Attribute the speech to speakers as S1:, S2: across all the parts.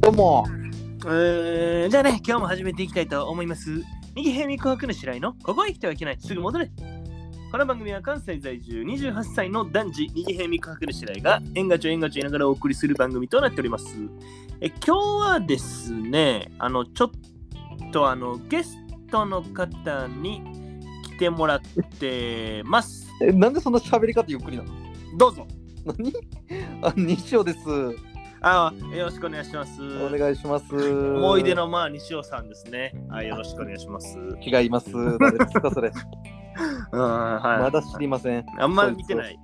S1: どうも。
S2: うーんじゃあね、今日も始めていきたいと思います。右辺未告白の白井の、ここへ来てはいけない、すぐ戻れ。この番組は関西在住28歳の男児、右辺未告白の白井が、縁がちょ縁がちょ言いながらお送りする番組となっております。え今日はですね、あの、ちょっとあの、ゲストの方に来てもらってます。
S1: え、なんでそんな喋り方ゆっくりなの
S2: どうぞ。
S1: 何あ、西尾です。
S2: あよろしくお願いします。
S1: お願いします。
S2: 思
S1: 思
S2: い出。のまあ西尾さんですね。あよろしくお願いします。うん
S1: 違います。誰ですか、 それ。
S2: はい
S1: まだ知りません。
S2: あんまり見てない。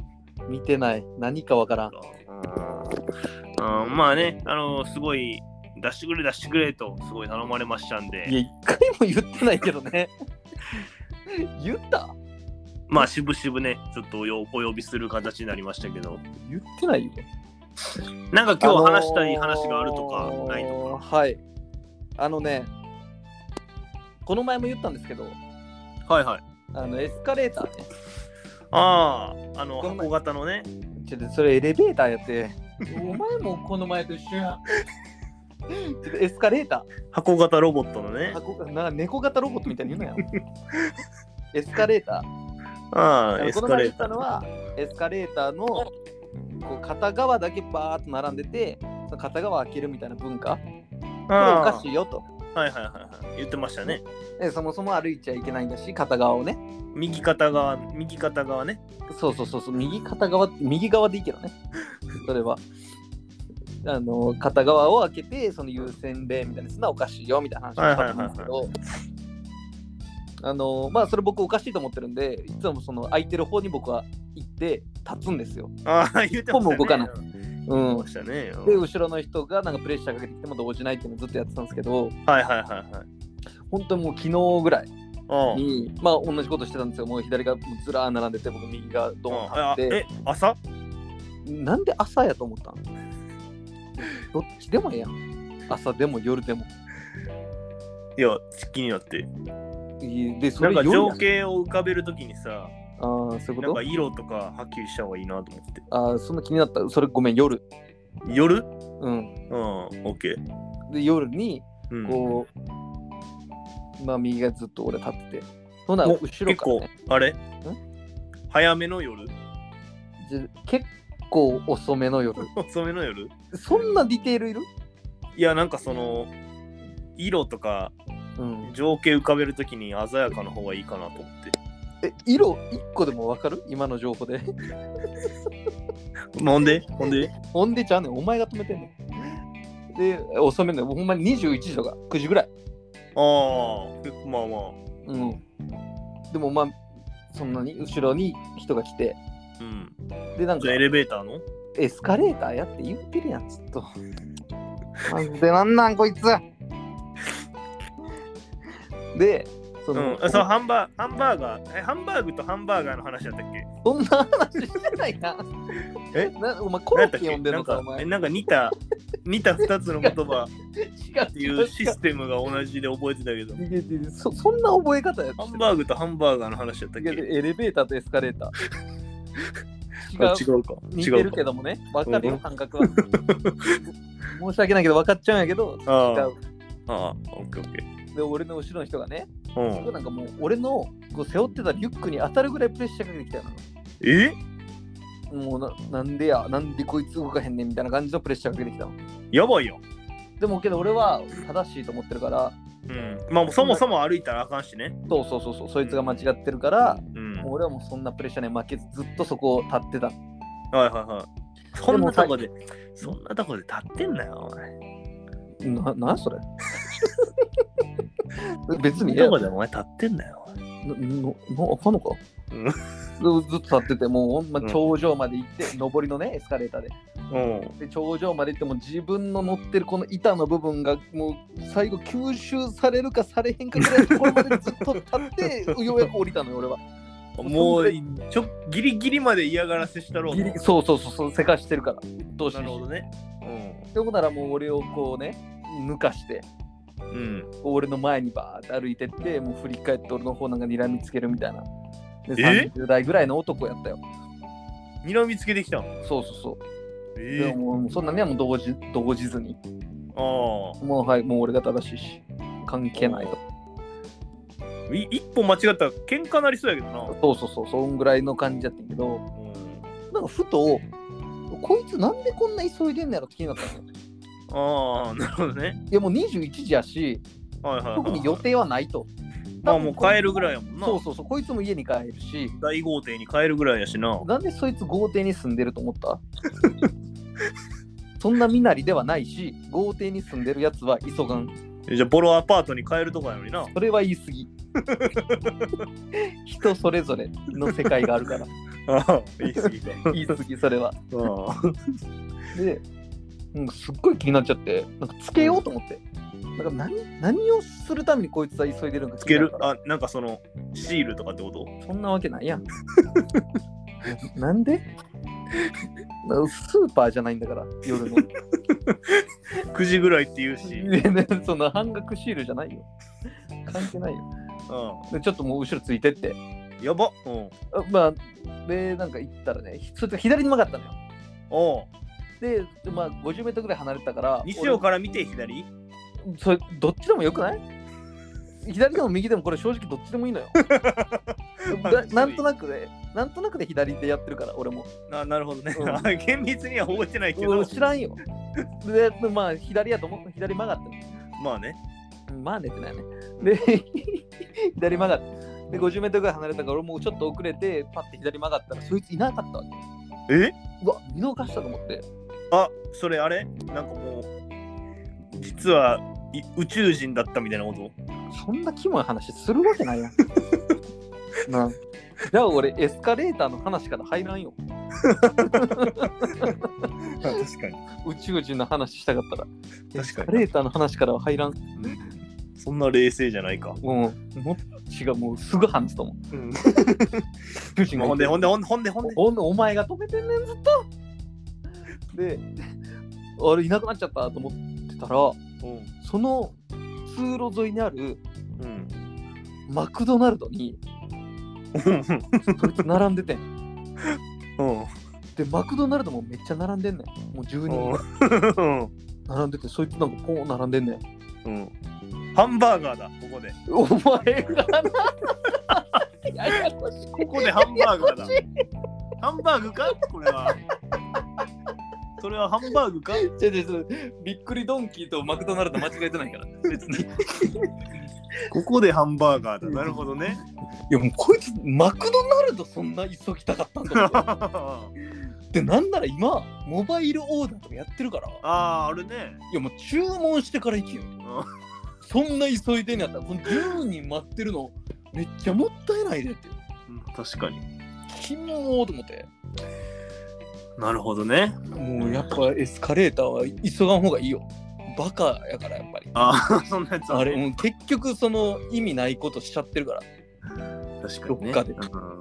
S1: 見てない。何かわからん。
S2: うんうんまあね、あのすごい出してくれ出してくれとすごい頼まれましたん
S1: い
S2: で、
S1: や、一回も言ってないけどね。 言った
S2: まあ渋々ね、ちょっとおよお呼びする形になりましたけど、
S1: 言ってないよ。
S2: なんか今日話したい話があるとかないと
S1: とか。はい。あのね、この前も言ったんですけど、
S2: か。はいはい。
S1: あのエスカレーターね。
S2: ああ、あの
S1: この前
S2: 箱型のね。
S1: ちょっとそれエレベーターやって。お前もこの前と一緒や。ちょっとエスカレータ
S2: 箱型ロボットのね
S1: ー。。箱がな猫型ロボットみたいに言うなよ。エスカレーター。
S2: あ
S1: あ
S2: あ、
S1: の
S2: エ
S1: この
S2: スカ
S1: 前
S2: レ
S1: 言っ
S2: ータ
S1: た
S2: ー。
S1: のはエスカレーターのこう片側だけバーッと並んでて、その片側開けるみたいな文化。これお
S2: あ
S1: かしいよと。
S2: あはいはいはいはい。言ってましたね。
S1: えそもそも歩いちゃいけないんだし、片側をね。
S2: 右肩側、右肩側ね。
S1: そうそうそうそう、右片側、右側でいいけどね。それは。あの片側を開けて、その優先例みたいなすなおかしいよみたいな話をしたんですけど、あのまあ、それ僕おかしいと思ってるんで、いつもその空いてる方に僕は行って立つんですよ。
S2: ああ、言って
S1: 一歩
S2: ましたね。
S1: も動かない
S2: うん。
S1: うん
S2: 言ってま、したね。うん
S1: で、後ろの人がなんかプレッシャーかけてきても動じないっていうのをずっとやってたんですけど、
S2: はいはいはいはい。
S1: 本当にもう昨日ぐらい
S2: ああ
S1: に、まあ、同じことしてたんですよ。もう左がずらー並んでて、僕右がドーン立
S2: あ
S1: って。
S2: え、朝
S1: なんで朝やと思ったんどっちでもええやん。朝でも夜でも。
S2: いや、気になって。
S1: いいで、そ
S2: な
S1: れ
S2: んか情
S1: 夜や
S2: 景を浮かべるときにさ、
S1: ああー、そういう
S2: なん
S1: こ
S2: か色とかはっきりした方がいいなと思って。
S1: とああ、そんな気になった。それごめん、夜。
S2: 夜
S1: う
S2: うん、
S1: ん。
S2: オッケー。
S1: で、夜に、
S2: うん、
S1: こう、まあ、右がずっと俺立ってて。ほな、
S2: お
S1: 後ろ
S2: 結
S1: から、
S2: 構
S1: ね、
S2: あれ早めの夜
S1: じゃ結構遅めの夜。
S2: 遅めの夜
S1: そんなディテールいる
S2: いや、なんかその、色とか
S1: うん。
S2: 情景浮かべるときに鮮やかな方がいいかなと思って。
S1: え、色1個でもわかる今の情報で。
S2: なんでほんで
S1: ほんでちゃうねん、お前が止めてんねん。で、遅めの、ほんまに21時とか9時ぐらい。
S2: ああ、結構まあま
S1: うん。でもまあ、そんなに後ろに人が来て、
S2: あ。うん。
S1: で、なん
S2: じ
S1: か
S2: ゃあエレベーターの
S1: エスカレーターやって言ってるやん、ずっと。なんでなんなん、こいつで、そ
S2: うん
S1: の、、
S2: あそうハンバーハンバーガーえハンバーグとハンバーガーの話だったっけ
S1: そんな話してないな。
S2: え
S1: なお前、コロ
S2: 何やっ
S1: ッ
S2: たっ
S1: ケ
S2: け
S1: 呼んでるの
S2: なん
S1: か、お
S2: か
S1: 前。
S2: え
S1: 違う
S2: なんか 似た似た2つの言葉ってい
S1: 違う
S2: うシステムが同じで覚えてたけど
S1: 違う違うそそんな覚え方やって
S2: ハンバーグとハンバーガーの話やったっけ
S1: たエレベーターとエスカレーター。
S2: あ
S1: 違う
S2: 違うか
S1: 似
S2: 違
S1: て
S2: う
S1: る
S2: か
S1: けどもね、わかる
S2: うん
S1: よ、感覚は。 申し訳ないけど、分かっちゃうんやけど、違
S2: あ
S1: う。
S2: あああオッケーオッケ
S1: で、俺の後ろの人がね、
S2: ーうん
S1: なんかもう、俺のこう背負ってたリュックに当たるぐらいプレッシャーかけてきたの。
S2: え
S1: もうな、なんでや、なんでこいつ動かへんねんみたいな感じのプレッシャーかけてきたの。
S2: やばいよ
S1: でも、けど俺は正しいと思ってるから、
S2: うんまあそもそも歩いたらあかんしね
S1: そうそうそうそう、そいつが間違ってるから、
S2: うん
S1: もう
S2: はい
S1: 俺はもうそんなプレッシャーに負けず、ずっとそこを立ってた。
S2: はいはいそんなとこでそんなとこで立ってんなよお前
S1: な、なんそれ 別
S2: そん
S1: に
S2: なとこでお前立ってんなよお前
S1: な、の、の、あかんのか
S2: う
S1: ず ずっと立ってて、もうほんま頂上まで行って、上りのね、エスカレーターで。
S2: うん
S1: で、頂上まで行っても、自分の乗ってるこの板の部分が、もう最後吸収されるかされへんかぐらいのとこれまでずっと立っ て、ようやく降りたのよ、俺は。
S2: もうちょギリギリまで嫌がらせしたろう
S1: ギリそうそうそうそう、せかしてるから。どうし
S2: な
S1: よ
S2: るほ
S1: う。
S2: どねうん
S1: ってことなら、もう俺をこうね、抜かして、
S2: うん
S1: 俺の前にバーって歩いてって、もう振り返って俺の方なんか睨みつけるみたいな。で、
S2: え
S1: 30代ぐらいの男やったよ。
S2: 睨みつけてきたの
S1: そうそうそう。
S2: え
S1: でももうそんなにはもう動じ動じずに。
S2: ああ。
S1: もうはい、もう俺が正しいし、関係ないと。
S2: い一歩間違ったら喧嘩なりそうやけどな。
S1: そうそうそう、そんぐらいの感じやったんやけど、
S2: うん。
S1: なんかふと、こいつなんでこんな急いでんのやろって気になったのよ。
S2: ああ、なるほどね。
S1: いやもう21時やし、
S2: はいはい、はい。
S1: 特に予定はないと。
S2: まあもう帰るぐらいやもんな。
S1: そうそうそう、こいつも家に帰るし、
S2: 大豪邸に帰るぐらいやしな。
S1: なんでそいつ豪邸に住んでると思った そんな身なりではないし、豪邸に住んでるやつは急がん。
S2: じゃあボロアパートに帰るとかやのにな。
S1: それは言い過 ぎ。人それぞれの世界があるから、
S2: ああ、言い過ぎか。
S1: 言い過ぎ、それは。
S2: あ
S1: で、うん、すっごい気になっちゃって、なんかつけようと思って。なんか何何をするためにこいつは急いでるんか
S2: つ
S1: 気にな
S2: ける
S1: から
S2: あ、なんかそのシールとかってこと
S1: そんなわけないやん。なんでスーパーじゃないんだから、夜 の。
S2: ?9 時ぐらいって言うし。
S1: ねねその半額シールじゃないよ。関係ないよ。
S2: う
S1: でちょっともう後ろついてって。
S2: ん。やば。うん。
S1: あまあ、で、なんか行ったらね、ひそれと左に曲がったのよ。
S2: おう
S1: で、でまあ、50メートルぐらい離れてたから、
S2: 西尾から見て左
S1: 俺それどっちでもよくない左でも右でもこれ正直どっちでもいいの よ。だなんとなくで、なんとなくで左でやってるから、俺も。
S2: ななるほどね、
S1: う
S2: 厳密には覚えてないけど
S1: 俺知らんよ。で、まあ、左やと思って左曲がったの
S2: まあね
S1: まあ寝てないね。で、 左曲がって。で、50メートルぐらい離れたから、俺もうちょっと遅れて、パッて左曲がったら、そいついなかったわけ。
S2: え
S1: うわ、見逃したと思って。
S2: あそれあれなんかもう実はい宇宙人だったみたいなこと
S1: そんなキモい話するわけ ないやん。なあじゃあ俺、エスカレーターの話から入らんよ。
S2: 確かに
S1: 宇宙人の話したかったら。エス
S2: 確か
S1: カ
S2: に
S1: レーターの話からは入らん。
S2: そんな冷静じゃないか、
S1: もう、もっちがもうすぐ話すと思う。宇宙人がいて
S2: ほんでほんでほんでほんでほんで
S1: おお前が止めてんねんずっとであれいなくなっちゃったと思ってたら
S2: うん
S1: その通路沿いにある
S2: うん
S1: マクドナルドにそいつ並んでてん
S2: うん
S1: でマクドナルドもめっちゃ並んでんねんもう10人ぐらい並んでてそいつなんかポン並んでんねん
S2: うんハンバーガーだここで
S1: お前が なややこしい
S2: ここでハンバーガーだハンバーグかこれはそれはハンバーグ か
S1: ちょちょちょびっくりドンキーとマクドナルド間違えてない から別にい
S2: ここでハンバーガーだなるほどね
S1: やもうこいつマクドナルドそんな急ぎたかったんだもん
S2: あ
S1: でなんなら今モバイルオーダーとかやってるからい
S2: あーあれね
S1: やもう注文してから行けよそんな急いでんやったらこの10人待ってるのめっちゃもったいないでって
S2: うん確かに
S1: キモーと思って
S2: なるほどね
S1: もうやっぱエスカレーターは急がん方がいいよバカやからやっぱり
S2: ああそんなやつ
S1: あ
S2: あ
S1: れ
S2: る
S1: もう結局その意味ないことしちゃってるから
S2: 確かに
S1: どっ
S2: ね
S1: かで
S2: う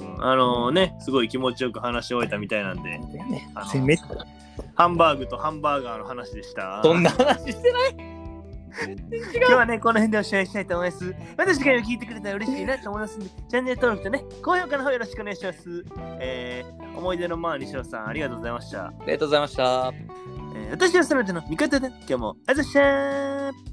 S2: んあのねすごい気持ちよく話し終えたみたいなんで
S1: ね
S2: あの
S1: せめ
S2: ハンバーグとハンバーガーの話でした
S1: そんな話してない
S2: 今日はね、この辺でおしまいしたいと思います。また次回も聞いてくれたら嬉しいなと思いますので、チャンネル登録とね、高評価の方よろしくお願いします。えー、思い出のまあ西尾さん、ありがとうございました
S1: あ。りがとうございました
S2: えー、私はその手の味方だ。今日もあざっしゃー